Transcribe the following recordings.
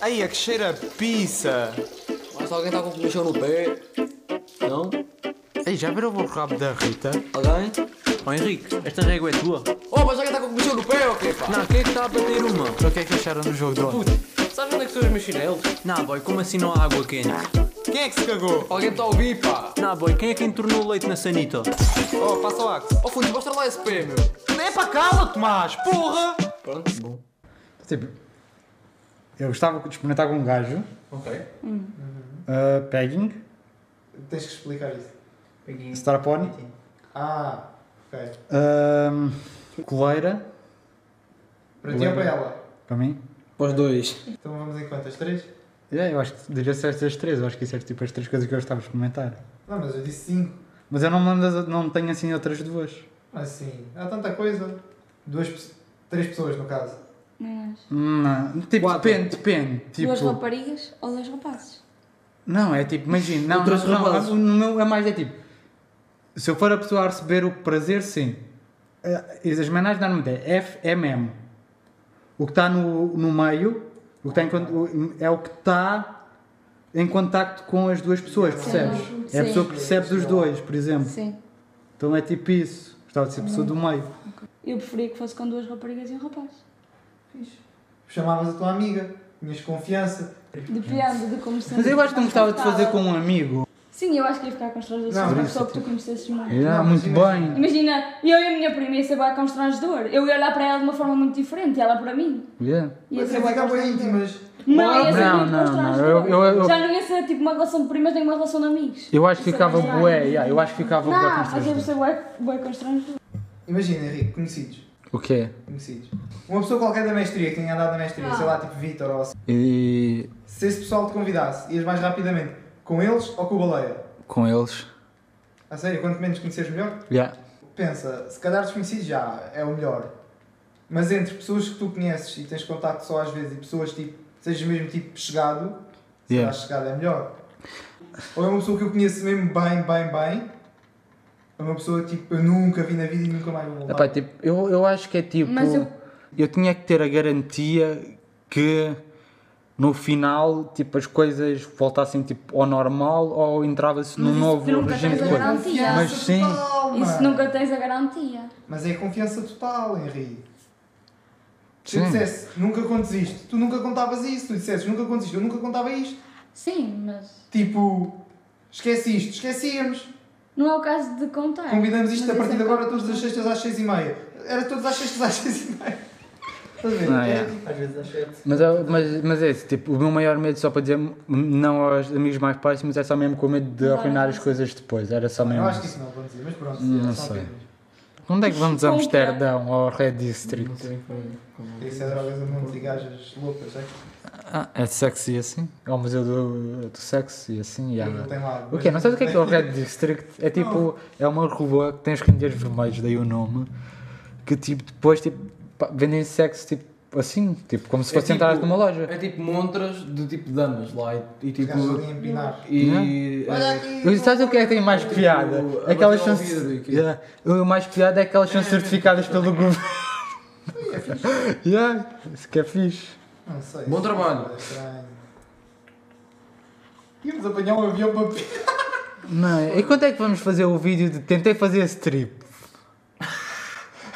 Ai, é que cheira a pizza! Mas alguém está com comichão no pé? Não? Ei, já viram o rabo da Rita? Alguém? Oh Henrique, esta régua é tua. Oh, mas alguém está com comichão no pé ou quê, pá? Não, quem é que está a bater uma? Para o que é que acharam do jogo de ontem? Sabes onde é que estão os meus chinelos? Não, boy, como assim não há água quente? Quem é que se cagou? Alguém está a ouvir, pá? Não, boy, quem é que entornou o leite na sanita? Oh, passa o axe. Oh, Fundo, mostra lá esse pé, meu. É para cala, Tomás! Porra! Pronto, Bom. Tipo, eu gostava de experimentar com um gajo. Ok. Uhum. Uh, pegging, Hum. Tens que explicar isso. Peguei. strap on, Ah, ok. um, coleira, Para ti ou para ela? para mim. Para os dois. Então vamos em quantas? Três? É, eu acho que devia ser estas três, eu acho que isso é tipo as três coisas que eu gostava de experimentar. Não, mas eu disse cinco. Mas eu não me lembro, das, não tenho assim outras duas. Assim, há tanta coisa. Duas, pe- três pessoas no caso. Mas... Não, tipo, Quatro. depende, depende. Tipo, Duas raparigas ou dois rapazes? não, é tipo, imagina, não, Outras não, rapazes. não, no meu é mais é tipo, se eu for a pessoa a receber o prazer, sim. Eh, E as manais normalmente é FMM. O que está no, no meio o que tá em con- o- é o que está em contacto com as duas pessoas, percebes? É a Sim. pessoa que percebe dos dois, por exemplo. Sim. Então é tipo isso. Gostava de ser pessoa do meio. Eu preferia que fosse com duas raparigas e um rapaz. Chamavas a tua amiga, tinhas confiança. Depende de como se Mas eu acho que não gostava de fazer com um amigo. Sim, eu acho que ia ficar constrangedor se Não, fosse uma mas- tipo- pessoa que tu conhecesses muito. Yeah, muito bem. Imagina, eu e a minha prima ia ser bem constrangedor. Eu ia olhar para ela de uma forma muito diferente e ela para mim. Yeah. Ia Mas ser é bué ficar bem constrangedor. íntimas. Não, ia ser Não, muito não, não. constrangedor. Eu- eu- eu- Já não ia ser tipo uma relação de primas nem uma relação de amigos. Eu acho que Isso é ficava mais bué, grave. yeah, eu acho que ficava bué Não, mas ia constrangedor. ser bué- bué constrangedor. Imagina, Henrique, é conhecidos. O quê? Conhecidos. Uma pessoa qualquer da mestria, que tenha andado na mestria, sei lá, tipo Vitor ou assim. E Se esse pessoal te convidasse, ias mais rapidamente com eles ou com o baleia? com eles? A sério, quanto menos conheceres melhor? Yeah. Pensa, se calhar desconhecido já é o melhor. Mas entre pessoas que tu conheces e tens contacto só às vezes e pessoas tipo, sejas mesmo tipo chegado, se Yeah. calhar chegado é melhor. Ou é uma pessoa que eu conheço mesmo bem, bem, bem. É uma pessoa tipo, eu nunca vi na vida e nunca mais vou voltar. Epá, tipo, eu, eu acho que é tipo. Mas eu- eu tinha que ter a garantia que no final tipo, as coisas voltassem tipo, ao normal ou entrava-se num Mas isso novo tu nunca regime de tens a coisas. garantia. Mas sim. total, Isso mano. nunca tens a garantia. Mas é confiança total, Henrique. Sim. Se eu dissesse, nunca contes isto, tu nunca contavas isso, tu dissesses, nunca contes isto, eu nunca contava isto. Sim, mas Tipo, esquece isto, esquecíamos. não é o caso de contar. Combinamos isto Mas a partir isso de é agora todas as sextas às seis e meia. Era todas às sextas às seis e meia. Estás a ver? Ah, Era é. tipo- Às vezes às sete. Mas, eu- mas, mas é esse, tipo, o meu maior medo, só para dizer m- não aos amigos mais próximos, é só mesmo com o medo de Não, arruinar não as coisas depois. Era só mesmo. Eu acho que isso não acontecia, mas pronto. Não é só sei. apenas. Onde é que vamos a Com o quê? Amsterdão ou Red District? Isso é drogas anônimas e gajas loucas, é? Ah, é sexy assim? É o museu do, do sexo e assim. E há... Não tem lá. O quê? Não sabes o que é que é o Red District? É tipo, é uma rua que tem os candeeiros vermelhos, daí o nome, que tipo, depois tipo, pá, vendem sexo tipo assim, tipo, como se É fosse entrar tipo- numa loja. É tipo montras de tipo damas lá e, e tipo. Gajas ali a empinar. E. eh, Olha aqui! Eu, sabes o que é que tem mais piada? tipo, a Aquelas são. bater ao vidro e que- Yeah. O mais piada é que elas são certificadas pelo governo. Ui, é fixe. yeah. Isso que é fixe. Não sei. Bom trabalho. É estranho. Íamos apanhar um avião para Pina. Não, e quando é que vamos fazer o vídeo de tentei fazer esse trip?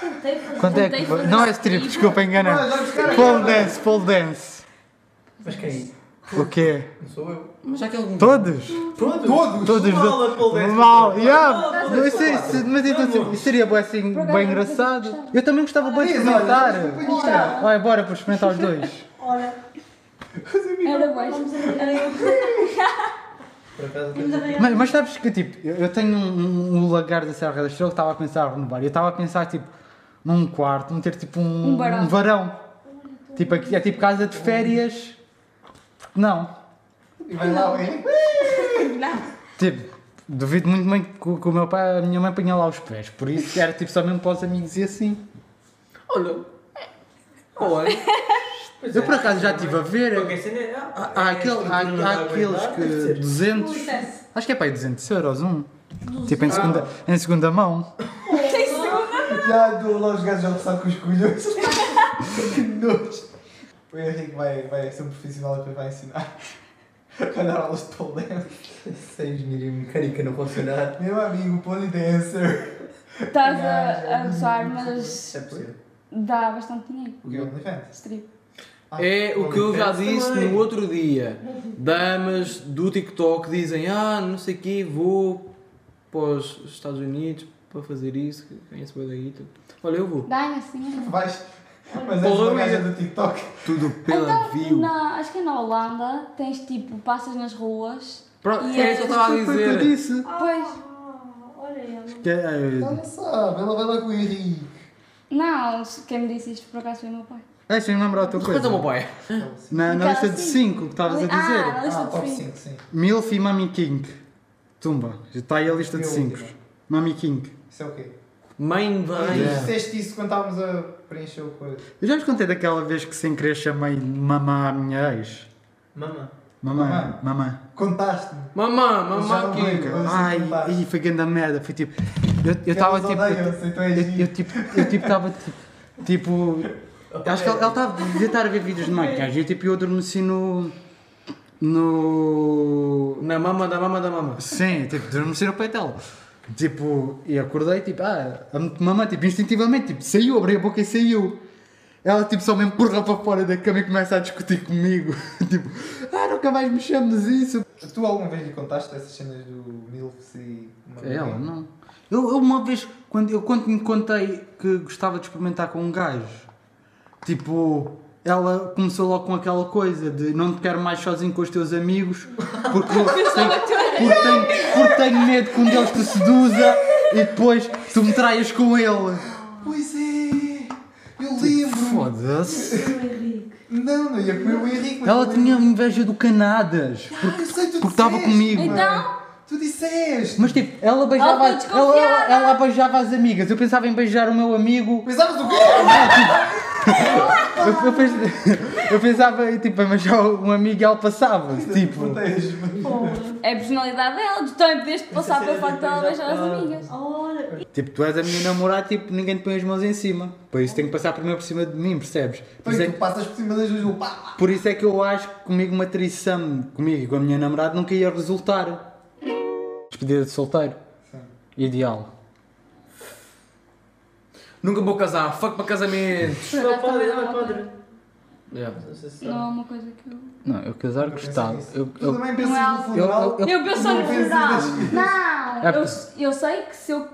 Tentei fazer- Quando é que tentei va- fazer Não é isso. strip, desculpa, enganei. Pole dance, pole dance. Mas quem? O quê? Não sou eu. Mas já que algum. Todos? Todos! Todos! Todos Mal a pole dance. Mal, yeah. Mas isso- isso- mas então, se- isso seria bem, assim, Por acaso, bem era uma coisa que eu engraçado. gostava. Eu também gostava bem de Diz, olha, experimentar. companhia. Vai, bora para experimentar os dois. Era baixo. Era eu. Por acaso Mas, mas sabes que, tipo, eu, eu tenho um, um, um lagar da Serra da Estrela que estava a pensar a renovar. Eu estava a pensar, tipo, num quarto, meter tipo um, Um varão. varão. Tipo, aqui, é tipo casa de férias. Porque não. E vai lá alguém. Tipo, duvido muito bem que, o- que o meu pai, a minha mãe punha lá os pés. Por isso era tipo só mesmo para os amigos e assim. Olha. Olha. Eu por acaso já estive a ver. ah, Há, é há aquele- há- há aqueles que 200. Acho que é para aí 200 euros um. Tipo, em segunda, Ah. em segunda mão. Já dou lá os gajos a roçar com os colhões. que nojo. O Henrique vai, vai ser um profissional e depois vai ensinar. Vai dar aulas de pole dance. 6 mil um mecânica não funcionar. Meu amigo, pole dancer. Estás a, a gozar, mas É possível. dá bastante dinheiro. O que é o OnlyFans? Strip. Ah, É o que eu já OnlyFans disse também. no outro dia. Damas do TikTok dizem, ah, não sei o quê, vou para os Estados Unidos para fazer isso, que ganha-se bué da guita. Olha, eu vou. Dá assim. Vais. Mas és Porra, uma gaja amiga. do TikTok. Tudo pela view. Na, acho que é na Holanda tens tipo, passas nas ruas. Pronto, E é isso que eu estava a Foi o que eu dizer. disse. Pois. Olha ela. Que- Ela eh, não sabe, ela vai lá com o Henrique. Não, quem me disse isto por acaso foi o meu pai. Deixa-me lembrar outra Respeita o meu coisa. pai. Ah, Na, na Aquela lista de assim. 5 que estavas a Ah, dizer. na lista Ah, top de frio. 5, sim. Milf e Mami King. Tumba. Já está aí a lista de Eu 5. última. Mami King. Isso é o quê? Mãe Ah, vai. Yeah. Disseste isso quando estávamos a preencher o coisa. Eu já vos contei daquela vez que sem querer chamei mamá a minha ex. Mamã. Mamã. Mamã. Contaste-me. Mamã, Já não mamã brinca. aqui. Mas assim, Ai, não dá. ai, foi grande merda. Foi tipo. Eu eu estava tipo. Eu, Odeiam-se, então é eu, giro. tipo. Eu tipo estava tipo. Tipo. Acho que ela estava a estar a ver vídeos de maquiagem. Eu tipo, eu adormeci no. No. Na mama da mama da mama. Sim, tipo, adormeci no peito dela. Tipo, e acordei, tipo, ah, a mamãe, tipo, instintivamente, tipo, saiu, abri a boca e saiu. Ela, tipo, só me empurra para fora da cama e começa a discutir comigo. tipo, ah, nunca mais me chames isso. Tu alguma vez lhe contaste essas cenas do Milfs e. É Ela, não. Eu, eu uma vez, quando, eu quando me contei que gostava de experimentar com um gajo, tipo, ela começou logo com aquela coisa de não te quero mais sozinho com os teus amigos, porque, eu tenho, porque, tenho, porque tenho medo que um deles te seduza e depois tu me traias com ele. Pois é! Eu lembro! Foda-se. Não, não ia comer o Henrique. mas Ela eu tinha inveja do Canadas, lembro. Ah, eu sei, tu porque estava disseste, comigo. mano. Então? Tu disseste! mas tipo, ela beijava, Ela foi ela, desconfiada. ela beijava as amigas, eu pensava em beijar o meu amigo Pensavas o quê? Eu, eu pens- eu pensava, tipo, mas já um amigo e ela passava, tipo. Protege-me. É a personalidade dela, tu também podias passar pelo assim, facto dela beijar as amigas. Olha. Tipo, tu és a minha namorada, tipo, ninguém te põe as mãos em cima. Por isso tem que passar primeiro por cima de mim, percebes? Por isso é Então, que, tu passas por cima das duas, pá, pá. por isso é que eu acho que comigo uma traição, comigo e com a minha namorada, nunca ia resultar. Despedida de solteiro. Ideal. Nunca vou casar, fuck para casamentos. Por acaso também não é uma coisa- Yeah. Não sei se Não é sabe. uma coisa que eu. Não, eu casar pensei gostava. nisso. Eu, Tu eu, também Não é pensas no algo- funeral. eu- Eu penso no Não penses geral. nas filhas. Não! É Eu, eu sei que se eu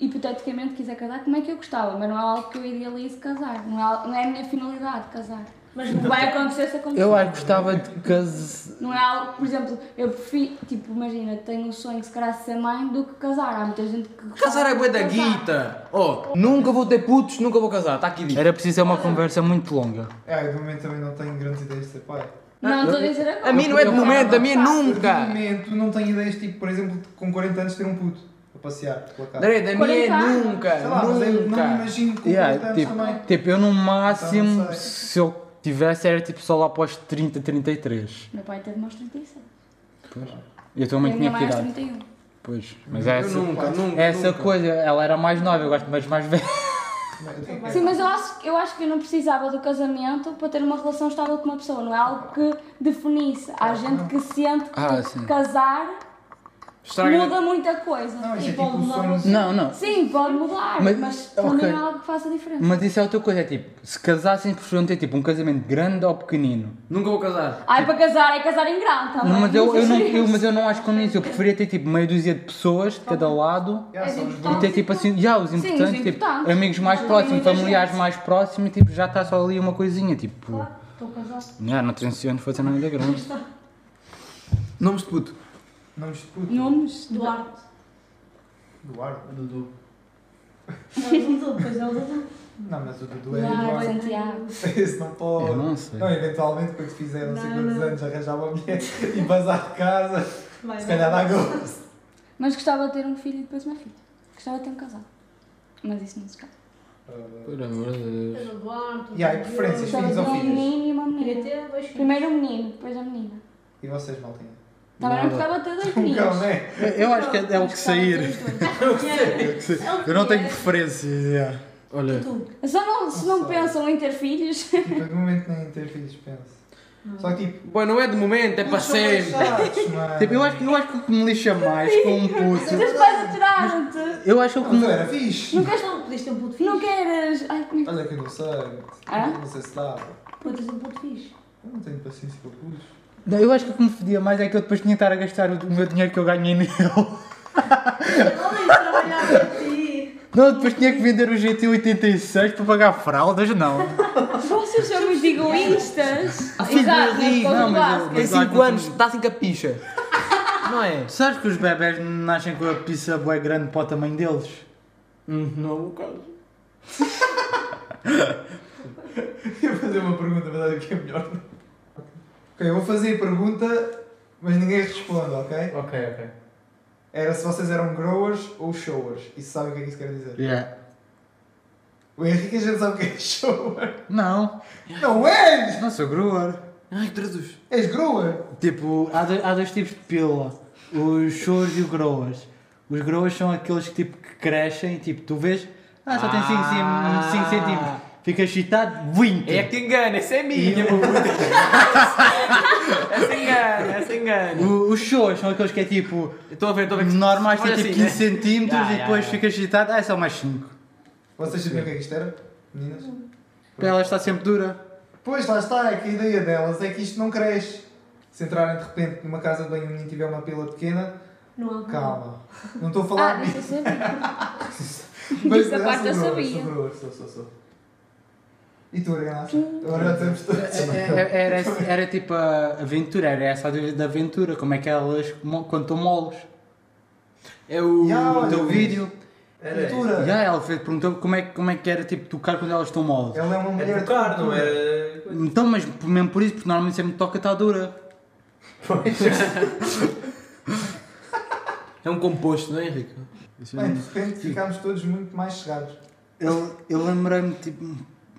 hipoteticamente quiser casar, como é que eu gostava, mas não é algo que eu idealizo casar. Não é, al- não é a minha finalidade casar. Mas Não vai acontecer se acontecer. eu acho que gostava de casar. Não é algo, por exemplo, eu prefiro, tipo, imagina, tenho um sonho se calhar de ser mãe do que casar. Há muita gente que. Casar é bué da Casar. guita. Oh, nunca vou ter putos, nunca vou casar. Está aqui dito. Era preciso ser uma conversa muito longa. É, de momento também não tenho grandes ideias de ser pai. Não, estou a dizer agora. A mim não é de momento, a mim é De nunca. momento não tenho ideias, tipo, por exemplo, de com 40 anos ter um puto a passear pela casa. André, da minha é 40 anos. nunca, Sei lá, mas eu não me nunca. imagino com Yeah, 40 anos tipo, também. tipo, eu no Então, máximo, não sei. se eu tivesse, era tipo só lá para os 30, 33. Meu pai teve mais 36. E a tua E um. a mãe minha é- tinha que mãe aos idade? 31. Pois, mas é Eu essa, nunca, nunca. essa nunca. coisa, ela era mais nova, eu gosto mais mais velha. Sim, mas eu acho, eu acho que eu não precisava do casamento para ter uma relação estável com uma pessoa. Não é algo que definisse. Há gente que sente que Ah, tu sim. casar Estraga- muda muita coisa. Não, isso é E tipo pode o mudar sonho. Não, não. Sim, pode mudar, um Mas- mas, para mim ok. é algo que faça diferença. Mas isso é outra coisa, é tipo, se casassem, preferiam ter tipo um casamento grande ou pequenino. Nunca vou casar. Ai, para casar é casar em grande também. É Não, mas, eu, eu não, eu- mas... mas eu não acho que eu nem isso, eu preferia ter tipo meia dúzia de pessoas de cada lado. Yeah, são os E ter tipo assim, já os então. Sim, os importantes, tipo, importantes. amigos mais Sim, próximos, muita familiares gente. mais próximos e tipo, já está só ali uma coisinha, tipo. Estou casado. Ah, não tenho anos fazer nada grande. Nomes de puto. nomes de puto. Nomes? Duarte. Eduardo. Dudu. É o Dudu, pois é o Dudu. Não, mas o Dudu é Não, Eduardo. Santiago. Isso não pode. Eu não sei. eventualmente quando fizer não sei Não, quantos não. anos arranjava uma mulher e bazar de casa. Vai, Se vai. calhar dá gosto. Mas gostava de ter um filho e depois uma filha. Gostava de ter um casal. Mas isso não se casa. Por amor de Deus. Depois é o Duarte. E há preferências, Gostava de filhos ou ter um filhas? menino e uma Queria menina. ter dois filhos. Primeiro o menino, depois a menina. E vocês, maltinha? Também não gostava de ter dois Um meninos. cão, né? é Eu acho que é, é o que um sair. É o que Eu não tenho preferências. Olha, Tu. Só não, se não Nossa. pensam em ter filhos. Tipo, de momento nem ter filhos, penso. Só que tipo. bom, não é de momento, é para eles são bem sempre. chatos, mano. Tipo, eu acho, que- eu acho que o que me lixa mais com um puto. Os teus pais atiraram-te. Eu acho que o que Não, tu me. era fixe. Nunca não podias ter um puto Não fixe. queres. Ai, como é Olha que eu não sei. Hã? Não sei se dá. Podias ter um puto fixe. Eu não tenho paciência para putos. Não, eu acho que o que me fedia mais é que eu depois tinha que estar a gastar o, o meu dinheiro que eu ganhei nele. Eu não ia trabalhar para ti. Não, depois tinha que vender o GT86 para pagar fraldas, não. que. é? Vocês são muito egoístas. Ah, filho do Henrique, não é por causa não, do mas eu- Vasco. Tem Mas vai 5 anos, continuar. dá 5 a picha. Não é? Sabes que os bebés nascem com a pizza bué grande para o tamanho deles? Não é o caso. Eu ia fazer uma pergunta para dar o que é melhor. Ok, eu vou fazer a pergunta, mas ninguém responde, ok? Ok, ok. Era se vocês eram growers ou showers. E sabem o que é que isso quer dizer? Yeah. O Henrique já sabe o que é shower. Não, Não és! não sou grower. Ai, traduz. És grower! Tipo, há, do- há dois tipos de pílula. Os shows e os groas. Os groas são aqueles que, tipo, que crescem e tipo, tu vês, ah, só tem 5 Ah. centímetros. Fica excitado, 20. É que engana, essa é minha. essa engana, essa engana. Tipo, O- os shows são aqueles que é tipo, Estou a ver, estou a ver. normais tem Olha tipo assim, 15 né? centímetros Ya, e ya, depois ya. fica excitado, ah, é só mais 5. Vocês sabiam o que é que isto era? Meninas? Para ela está sempre dura. Pois, lá está, é que a ideia delas é que isto não cresce. Se entrarem de repente numa casa de banho e o menino tiver uma pila pequena, Não há. calma. Não estou a Ah, falar de isso eu mim. sabia. Mas Essa parte eu é sou grower, sabia. Sou grower, sou, sou, sou. E tu, Arganassa? Agora já estamos todos. É, Era, era tipo a aventura, era essa a dúvida da aventura, como é que elas mo- contam molos. É o. Ya, olha, Do eu vi. vídeo. Cultura. Já ela fez, perguntou como é, que- como é que era tipo tocar quando elas estão moles. Ela é uma mulher de cultura. era. Então, mas mesmo por isso, porque normalmente sempre toca está dura. É um composto, não é, Henrique? Bem, de repente ficámos todos muito mais chegados. Eu, eu lembrei-me, tipo,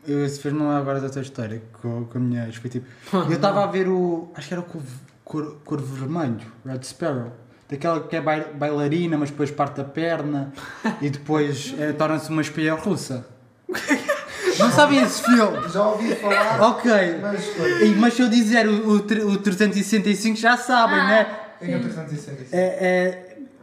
eu, se fez-me lembrar é agora da tua história com, com a minha ex, foi tipo, eu estava a ver o, acho que era o Corvo, Cor- Corvo Vermelho, Red Sparrow, daquela que é bai- bailarina, mas depois parte a perna e depois eh, torna-se uma espia russa. Não sabem esse filme? Já ouvi falar, Ok. mas foi. E- Mas se eu dizer o, o, tre- o 365 já sabem, Ah. né? É que é 365. É, é-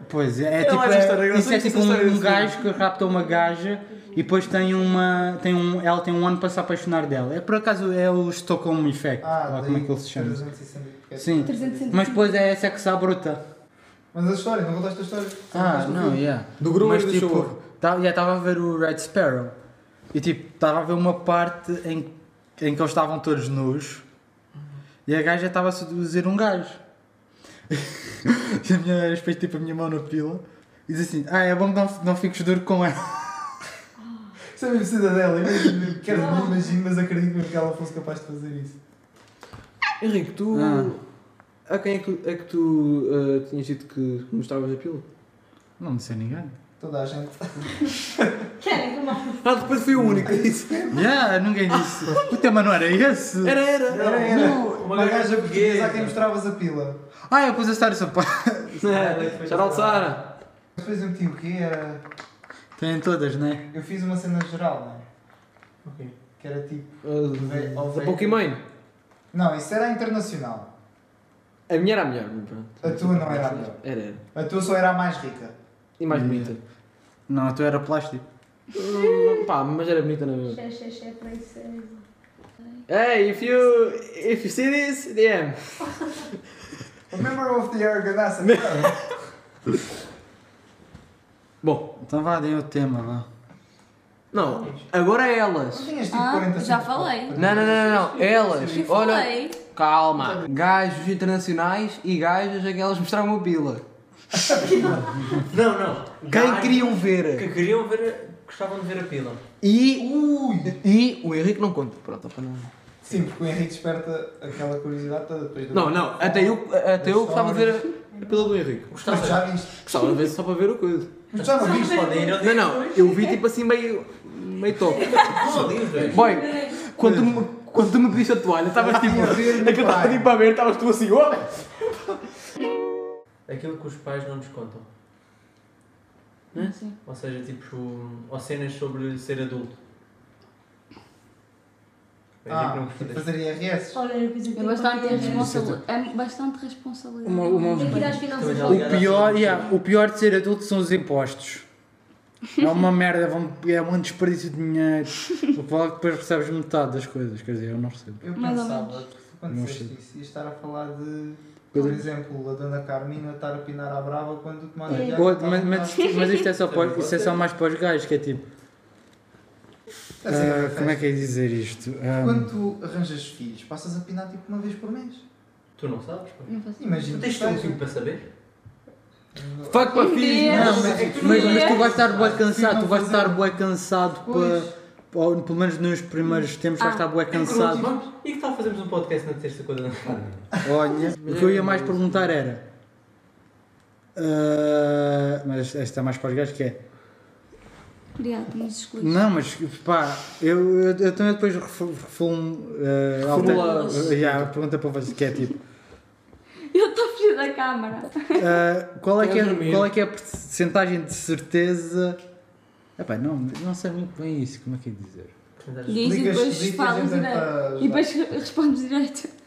pois é, é Eu tipo, acho é- história, eu isso sei é que tipo essa história assim. um, um existe. gajo que rapta uma gaja e depois tem uma, tem um, ela tem um ano para se apaixonar dela. É por acaso é o Stockholm Effect, Ah, lá daí como é que ele se chama. 365, porque é Sim, 365. mas depois é sexo à bruta. Mas a história, não contaste a história? Só Ah, contaste o não, filme. yeah. Do Gruber Mas e do tipo, Show. tá, yeah, estava a ver o Red Sparrow e tipo, estava a ver uma parte em, em que eles estavam todos nus e a gaja estava a seduzir um gajo. e a minha ex fez tipo a minha mão na pila e diz assim: Ah, é bom que não, não fiques duro com ela. Isso é a precisa dela, eu mesmo quero não imagino, mas acredito mesmo que ela fosse capaz de fazer isso. Henrique, tu. A quem é que tu, é que tu ah, tinhas dito que mostravas a pílula? Não disse a ninguém. Toda a gente. Querem tomar um Ah, de repente fui o único que disse. Yeah, ninguém disse. O tema não era esse. Era, era. Era, era. uma Uma gaja gaja portuguesa a quem portuguesa. mostravas a pila. Ah, eu pus a história só para. É, Geraldo Sara. Depois eu meti o quê? Era. Tem todas, né? Eu fiz uma cena geral, não é? Ok. Que era tipo. Ve- Ah, ao Da ve- Pokémon. Não, isso era a internacional. A minha era a melhor. pronto. A tua não era a melhor. Era, era. A tua só era a mais rica. E mais Hum. bonita. Não, a tua era plástico. Hum, Pá, mas era bonita na mesma. xé, xé, xé, princesa. Hey, if you if you see this, DM. Remember of the Arganassa? Não. Bom, Então vá, dê o tema, vá. não, agora é Não elas. tinhas tipo Ah, 40 já segundos. falei. Não, não, não, não, não. elas. Eu Olha, falei. calma. Gajos internacionais e gajas a que elas mostraram a pila. Não, não. Quem Ai, queriam ver? Que queriam ver. Gostavam de ver a pila. E Ui! e o Henrique não conta. Pronto, opa, não. Sim, porque o Henrique desperta aquela curiosidade toda depois do. Não, não, até eu, até eu gostava de ver a, a pila do Henrique. Tá Mas tu já viste. Gostava de ver só para ver o coisa. Mas tu já Tá não viste. Podem ir ao Não, não, eu vi tipo assim meio meio top. Não, ali os dois. Boy, quando tu me, quando tu me pediste a toalha, estavas tipo. Tinha a ver, Aquilo estava pai. tipo a ver, estavas tu assim, olha! Aquilo que os pais não nos contam. Ou seja, tipo, ou cenas sobre ser adulto. Bem, é que um Ah, não tipo gostei. fazer IRS. Olha, eu fiz aqui. É bastante, responsa- é bastante responsabilidade. Uma- uma- um Tem que ir às finanças. Também já O pior, yeah, o pior de ser adulto são os impostos. É uma merda, vão- é um desperdício de dinheiro. O que vale que depois recebes metade das coisas, quer dizer, eu não recebo. Eu Mais ou pensava, quando Não disseste isso, ia estar a falar de, por Coisa- exemplo, a dona Carmina estar a pinar à brava quando tu mandas É. já. Pô, mas, mas, mas isto é só, para, isto é só mais para os gajos, que é tipo. ah, como é que é dizer isto? Ah, assim, Quando tu arranjas filhos, passas a pinar tipo uma vez por mês. Tu não sabes? pô. Não faço- Imagina. Tu tens que tempo seja. filho para saber? Fuck para filhos, Deus. não, mas, É que tu mas, não mas tu és. vais estar bué cansado, tu não vais estar fazer. bué cansado Pois. para. Ou, pelo menos nos primeiros tempos vais Ah. estar bué E cansado. vamos- E que tal fazermos um podcast na terça com a dona Carmen? Olha, o que eu ia mais perguntar era. ah, mas esta é mais para os gajos que é. Obrigada, mas escolhi. Não, mas pá, eu, eu, eu também depois refu- refumo. Uh, Reformula- yeah, a pergunta para vocês que é tipo. Eu estou a fugir da câmara. ah, qual, é que é, Dormir. qual é que é a percentagem de certeza? Epá, não, não sei muito bem isso, como é que é dizer? Diz e Ligas- depois ligas falas entre direito. as- E depois respondes direito.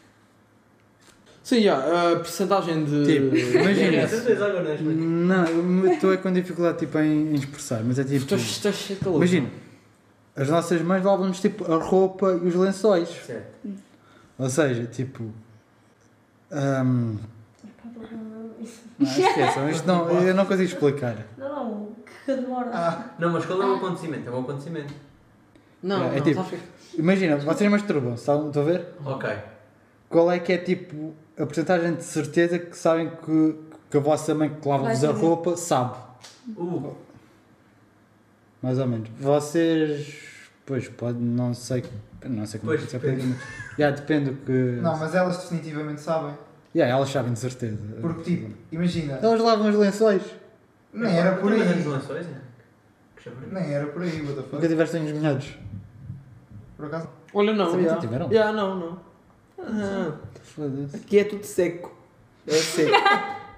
Sim, já, a percentagem de. é, Tipo, imagina. Tu tens água nas mãos. Não, eu estou é com dificuldade tipo, em, em expressar, mas é tipo. Estás estás cheio de calor. Imagina, as nossas mães lavam-nos tipo a roupa e os lençóis. Certo. Ou seja, tipo. ahm, não, esqueçam, isto não, eu não consigo explicar. Não, não, que demora. Ah, Não, mas qual é o acontecimento? É um acontecimento. Não, É não, tipo- sabes que- Imagina, vocês masturbam, sabem, estão a ver? Ok. Qual é que é tipo a porcentagem de certeza que sabem que, que a vossa mãe que lava-vos a Vai saber. roupa sabe? Uh, Mais ou menos. Vocês. Pois, pode, não sei. Não sei como é que Pois, isso é para dizer, mas- Yeah, depende do que. não, mas elas definitivamente sabem. Yeah, elas sabem de certeza. Então Porque, tipo, imagina, Então, Elas lavam os lençóis. nem era por aí. Mas eram lençóis, é? Que chavarão. Nem era por aí, what the Nunca fuck. tiveste uns molhados. Por acaso, Olha, não, Também já. não tiveram? Já, não, não. Ah, Foda-se. aqui é tudo seco. É seco.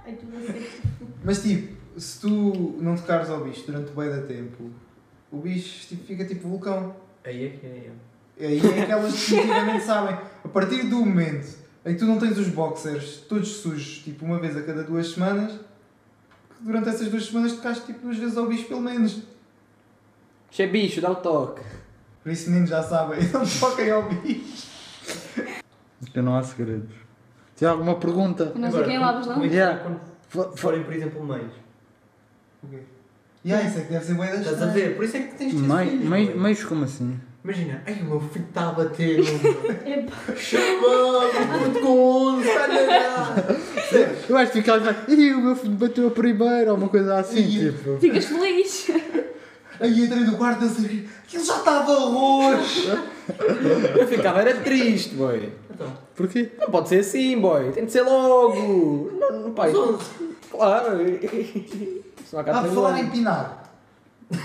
Ai, tudo a ser. Mas tipo, se tu não tocares ao bicho durante bem da tempo, o bicho tipo, fica tipo vulcão. Aí é que é. eu. Aí é que elas definitivamente sabem. A partir do momento em que tu não tens os boxers todos sujos, tipo uma vez a cada duas semanas, que durante essas duas semanas tocaste tipo duas vezes ao bicho pelo menos. Che é bicho, dá o toque. Por isso meninos já sabem, não toquem ao bicho. Então não há segredos. Tem alguma pergunta? Eu não sei quem lava os como é lábios. que Yeah. será quando Fa- fa- forem, por exemplo, mães? O quê? E ah, isso é que deve ser bué das Estás a ver? Por isso é que tens de ter Mei- filhos, mei- mãe. Meios como assim? Imagina, ai o meu filho está a bater. meu. Epá, Chamado, puto com 11, olha lá. Eu acho que ficava e o meu filho bateu a primeira ou uma coisa assim, Ih. tipo. Ficas feliz. Aí entrei no quarto a saber, aquilo já estava roxo. Eu ficava, era triste, boy. Então, Porquê? Não pode ser assim, boy. Tem de ser logo. Não, não pai. aos 11. Claro. Senão Ah, acaba por de falar em pinar.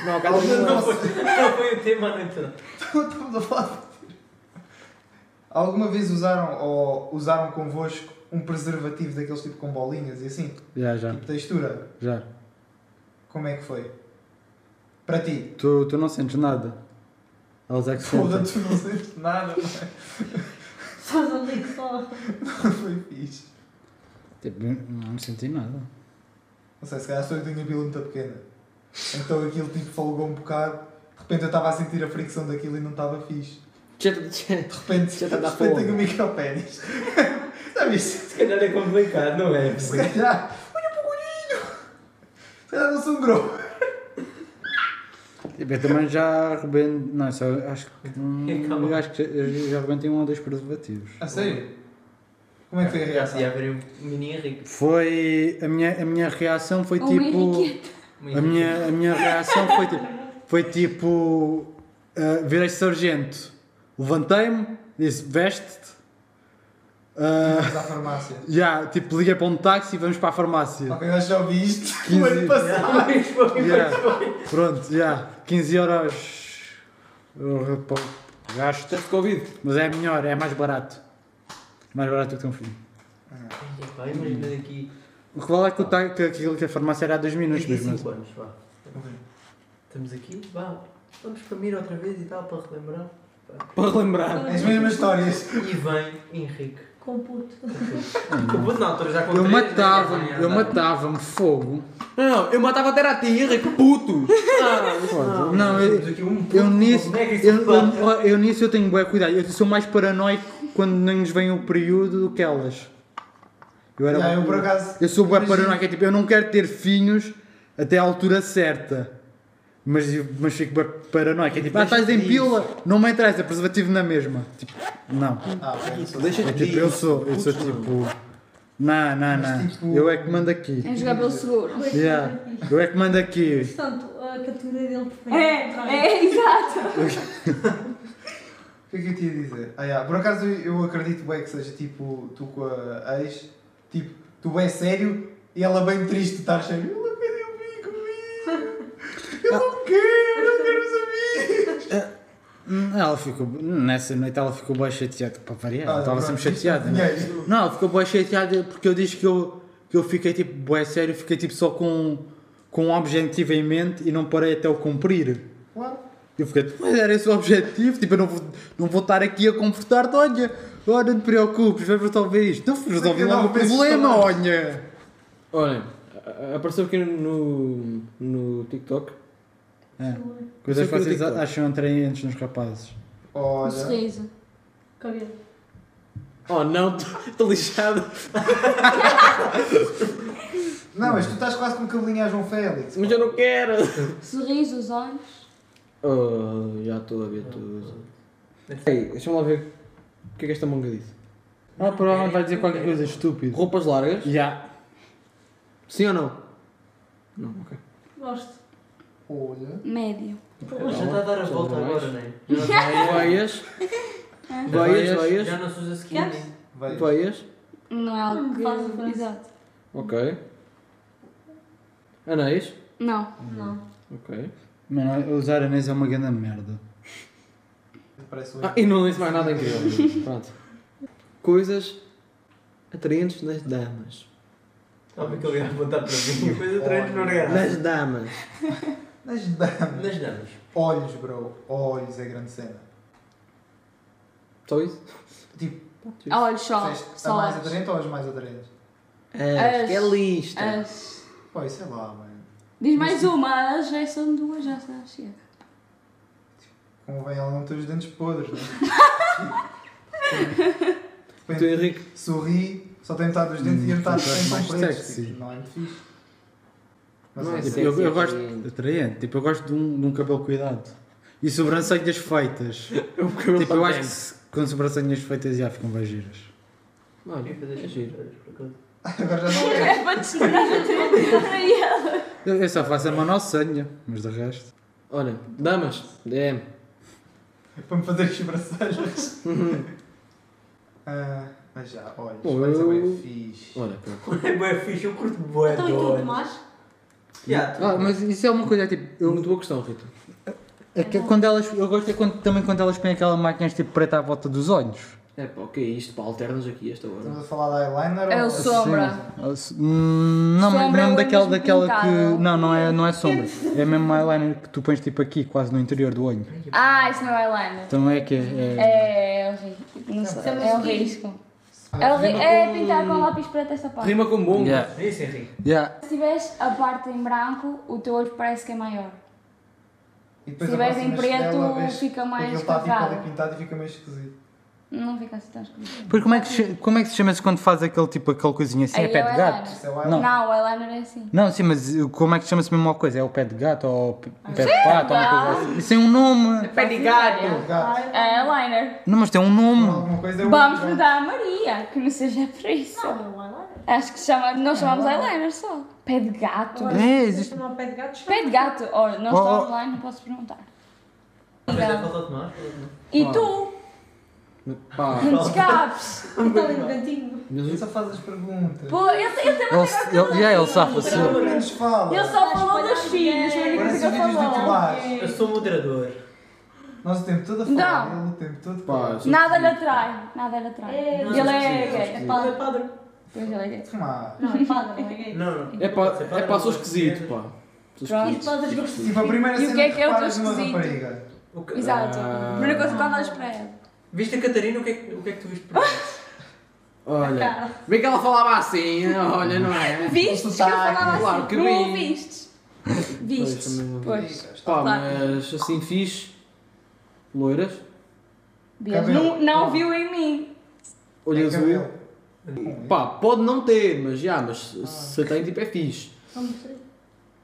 Não, acaba de Não foi, não foi o tema da noite. não. Estamos a falar. Alguma vez usaram ou usaram convosco um preservativo daqueles tipo com bolinhas e assim? Já, já, Tipo textura? já. Como é que foi? Para ti? Tu, tu não sentes nada. Elas é que Foda, sentem. tu não sentes nada, mas Estás ali só. É foi fixe. Tipo, não senti nada. Não sei, se calhar sou eu que tenho a pila muito pequena. Então aquilo tipo folgou um bocado, de repente eu estava a sentir a fricção daquilo e não estava fixe. De repente, de Já tá na repente folga. tenho um micropénis. Sabe isto? Se calhar é complicado, não é? Se calhar. Olha para o Se calhar não sou um grosso. Tipo, eu também já arrebentei. Não, só acho que. hum, É, calma. eu acho que já, eu já arrebentei um ou dois preservativos. A sério? Como é que foi a Já reação? se ia haver um mini Henrique. Foi. A minha, a minha reação foi Ou uma tipo. enriqueta. A minha, a minha reação foi tipo. Foi tipo. ah, virei sargento. Levantei-me, disse veste-te. Ah, Vamos à farmácia. já, tipo, liguei para um táxi e vamos para a farmácia. Ok, nós já ouvi isto 15. o ano passado. Ah, mas foi. Já, Pronto, já. 15 euros. eu repo- Gasto. Teste de Covid. Mas é melhor, é mais barato. Mais barato do que um filho. Ah, Pá, Imagina daqui O que vale é que, o tá, que aquilo que a farmácia era há 2 minutos, daqui a dois minutos. 5 anos, vá. Estamos aqui, vá. Vamos para Mira outra vez e tal, para relembrar. Pá, Para relembrar. As mesmas histórias. E vem Henrique. Com o puto. Com puto na altura já com Eu três, né? matava-me, Já eu andava. matava-me, fogo. Não, não, eu matava até a ti, Henrique, putos! Ah, Fogo. Não, eu, Temos aqui um eu puto, nisso, como é que isso eu, se faz? eu- eu nisso eu tenho bué cuidado. Eu sou mais paranoico quando nem nos vem o período do que elas. Eu era Já, eu por acaso. Eu sou bué imagino- paranoico, é tipo, eu não quero ter filhos até à altura certa. Mas, mas fico bué paranoico, é tipo, ah, estás em pila, não me interessa, preservativo na mesma. Tipo, não. Ah, ok. Deixa-te É tipo, eu sou, eu sou tipo, não, não, não, tipo- eu é que mando aqui. É jogar pelo seguro. Yeah, eu é que mando aqui. Portanto, a categoria dele prefere. É, é, exato. O que é que eu te ia dizer? Ah, yeah. Por acaso eu- eu acredito bem que seja tipo tu com a ex, tipo, tu é sério e ela bem triste, estás sério. Eu não quero eu vir comigo. Eu Ah. não quero, eu não quero os amigos. Hum, Ela ficou, nessa noite ela ficou bem chateada, para variar, ela estava pronto, sempre isto chateada. é né? dinheiro. Não, ela ficou bem chateada porque eu disse que eu, que eu fiquei tipo, bué sério, fiquei tipo só com, com um objetivo em mente e não parei até o cumprir. Claro. Eu fiquei, tipo, mas era esse o objetivo, tipo, eu não vou, não vou estar aqui a confortar-te, olha, olha, não te preocupes, vamos resolver isto. Não resolvi lá o meu 39 vezes problema, falamos. olha. Olhem, a- a- apareceu aqui no, no TikTok. É, coisas Isso que é que eu vocês digo, pô. acham atraentes nos rapazes. Um Olha. sorriso. Cabelo. Oh não, estou lixado. Não, mas tu estás quase com o cabelinho a João Félix. Mas eu não quero. Sorriso, os olhos. Oh, já estou a ver tudo. Ei, deixa-me lá ver o que é que esta manga disse. Ah, provavelmente vai dizer qualquer coisa estúpida. Roupas largas? Já. Sim ou não? Não, ok. Gosto. Olha. Médio. Pô, já está a dar a volta agora, não é? Veias. Veias, veias. Já não é se usa skinny. Vai. Veias. Não é algo que. Faz diferença. Exato. Ok. Anéis. Não. Não. Ok. Mano, usar anéis é uma grande merda. Parece um. Ah, e não disse mais nada incrível. Pronto. Coisas atraentes nas damas. Estava que ele ia apontar para mim. Coisa treino no orgasmo. Nas damas. Nas damas. Nas damas. Olhos, bro. Olhos é grande cena. Só isso? Tipo, Olhos só. disseste a Ah, Só mais olhos. aderente ou as mais aderentes? As. Que é lista. As. Pô, sei lá, mano. Diz mais uma, as já são duas, já já chega. Convém ela não ter os dentes podres, não é? Tu, Henrique. sorri, só tem metade dos dentes e a metade dos dentes mais são pretos. sexy. Tipo, não é muito fixe. Mas Não é é Tipo, assim. sexy. eu, eu gosto atraente. atraente, tipo, eu gosto de um, de um cabelo cuidado. E sobrancelhas feitas. Eu cabelo tipo, eu acho que se- com sobrancelhas feitas já ficam bem giras. Olha, Eu ia fazer é giro. xixi, por acaso. Agora já não é. É para desesperar para ele. Eu, eu só faço a manossanha, mas de resto. Olha, damas. DM. Para me fazer as sobrancelhas. Ah, mas já, olhos. Bom, Olhos é eu- bem fixe. Olha, pronto. É bué fixe, eu curto bué Então, e tu, Tomás? Já, tu- Ah, mas isso é uma coisa, tipo, eu, Muito boa questão, Rita. é que quando elas, eu gosto é quando- também quando elas põem aquela máquina tipo preta à volta dos olhos. É pá, o que é isto? Pá, alternas aqui esta hora. Estamos a falar de eyeliner É ou... o sombra. Assim, assim, hum, não, mas Sombra é mesmo o daquela, mesmo daquela pintado. que. Não, não é, não é sombra. É mesmo um eyeliner que tu pões tipo aqui, quase no interior do olho. Ah, isso não é eyeliner. Então é que é. É, é o risco. Não sei, É o risco. É, o ri- Rima é com- pintar com lápis preto esta parte. Rima com bom. Yeah. É isso, Henrique. Yeah. Se tiveres a parte em branco, o teu olho parece que é maior. Se E depois tiveres em aproximas-te dela, preto, vês fica que Aquilo mais está tipo ali cavado. pintado e fica meio esquisito. Não fica assim tão escuro. Pois como é que, se- como é que se chama-se quando faz aquele tipo, aquele coisinha assim? Aí é pé é o de gato? Isso é o Não, eyeliner. o eyeliner é assim. Não, sim, mas como é que chama-se mesmo uma coisa? É o pé de gato ou p- pé de pato ou uma coisa assim? Isso tem um nome. Pé de gato. Gato. É eyeliner. Não, mas tem um nome. Alguma coisa é o Vamos outro, perguntar à Maria, que não seja para isso. Não, vai lá. Acho que chama, nós chamamos eyeliner só. Pé de gato. É, existe. Chamar o pé de gato. Pé de gato. Olha, não Oh, está oh. online, não posso perguntar. Então. Mas é falta de Tomás? E tu? Pá, Não te escapes. Está ali no cantinho. Ele só faz as perguntas. Pô, ele, ele também Ele, ele, já ele safa-se. Pelo menos fala. Ele só falou dos filhos, foi a única Parece coisa os que vídeos do ele tá falou. Tomás. Eu sou moderador. Nós o tempo todo a falar. Ele o tempo todo a falar. pá. Nada lhe atrai, nada lhe atrai. É, ele é esquisito, gay. Padre, é padre. Pois ele é gay. Tomás. Não, é padre, não é gay. Não, não. É pá, é pá, sou esquisito, pá. Sou Pronto. esquisito. Padres gostam. Tipo, a primeira E o cena que é que é o teu reparas numa esquisito? rapariga. O que- Exato. Ah. Primeira coisa que olhas para ela. Viste a Catarina, o que é que, o que, é que tu viste primeiro? É. Olha, bem que ela falava assim, olha, não é? Viste que eu falava assim? Claro que não vi. ouviste? Vistes. também não vi. Pois. Pá, Claro. mas assim fiz. Loiras, Deus, Não, não viu em mim. olho azul. Cabelo. Pá, pode não ter, mas já, mas Ah. se tem tipo é fixe.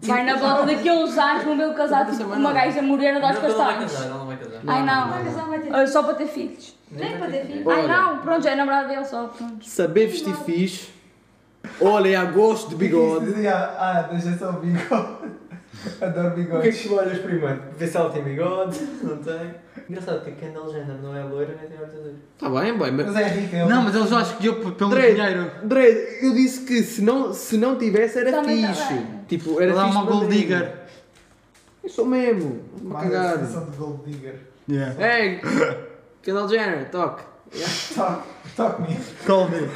Vai na bola daqueles anos no meu casado, Não tipo, sei mais uma nada. gaja morena dos Não, ela não vai castanhos. casar, ela não vai casar. Ai Vai não. casar, vai ter Ah, Só para ter filhos. Nem para ter filho. Ai Olha. não, pronto, já é namorado dele só, pronto. Saber vestir fixe. Olha, é a gosto de bigode. Ah, ah, deixa só o bigode. Adoro O que é bigodes. que tu olhas primeiro? Vê se ela tem bigode, não tem. Engraçado que a Kendall Jenner não é loira nem tem olhos azuis. Tá bem, bem, mas. Mas é rica, ela. Não, mas ele já escolheu p- pelo Dredd, dinheiro. Dredd, eu disse que se não, se não tivesse era Também tá fixe. bem. tipo, era Ele é fixe. uma para gold mim. digger. Eu sou mesmo. Uma Mas a cagada. definição de gold digger. Yeah. Ei, Kendall Jenner, toque. Talk, talk me. Call me.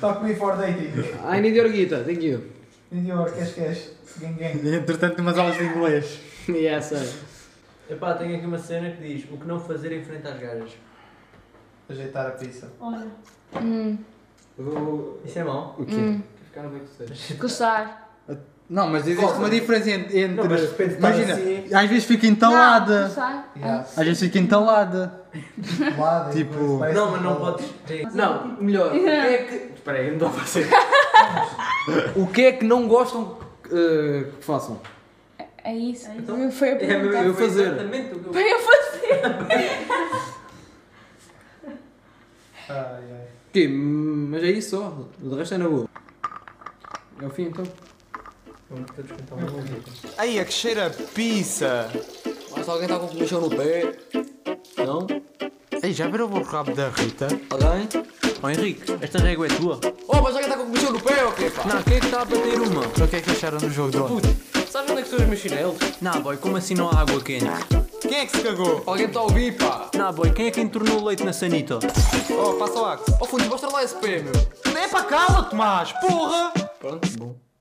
Talk me for dating. um I need your guitar, thank you. In your cash cash. Gang gang. Entretanto, umas aulas de inglês. yes, sir. Epá, tenho aqui uma cena que diz o que não fazer em frente às gajas. Ajeitar a pizza. Olha. Hum, Isso é mau. O quê? Quer ficar no meio do ser. Coçar. Mm. Não, mas existe Cola. uma diferença entre. Não, mas de repente estar imagina, assim- às vezes fica Não, entalada. coçar. Ah. Yeah. Às vezes fica entalada. Lado e Tipo- coisa, parece Não, mas não um podes. Não, melhor. O que é que. Espera aí, não dá para ser. o que é que não gostam eh, que façam? É, é isso. Então, Foi a É mesmo, pergunta. eu Foi fazer. exatamente o que Para eu fazer. Ai, ai. O quê? Mas é isso só. O resto é na boa. É o fim então. Aí, é que cheira a pizza. Mas alguém está com comichão no pé. Não? Ei, já viram o rabo da Rita? Alguém? Ó Henrique, esta régua é tua. Oh, mas alguém está com comichão no pé, ok, pá? Não, quem é que está tá a bater uma? O que é que acharam no jogo de ontem? Sabe onde é que estão os meus chinelos? Não, boy, como assim não há água quente? Quem é que se cagou? Alguém está a ouvir, pá? Não, boy, quem é que entornou o leite na sanita? Oh, passa o axe. Oh, fundo, mostra lá esse pé, meu. É para cala-te, mas, porra! Pronto, bom.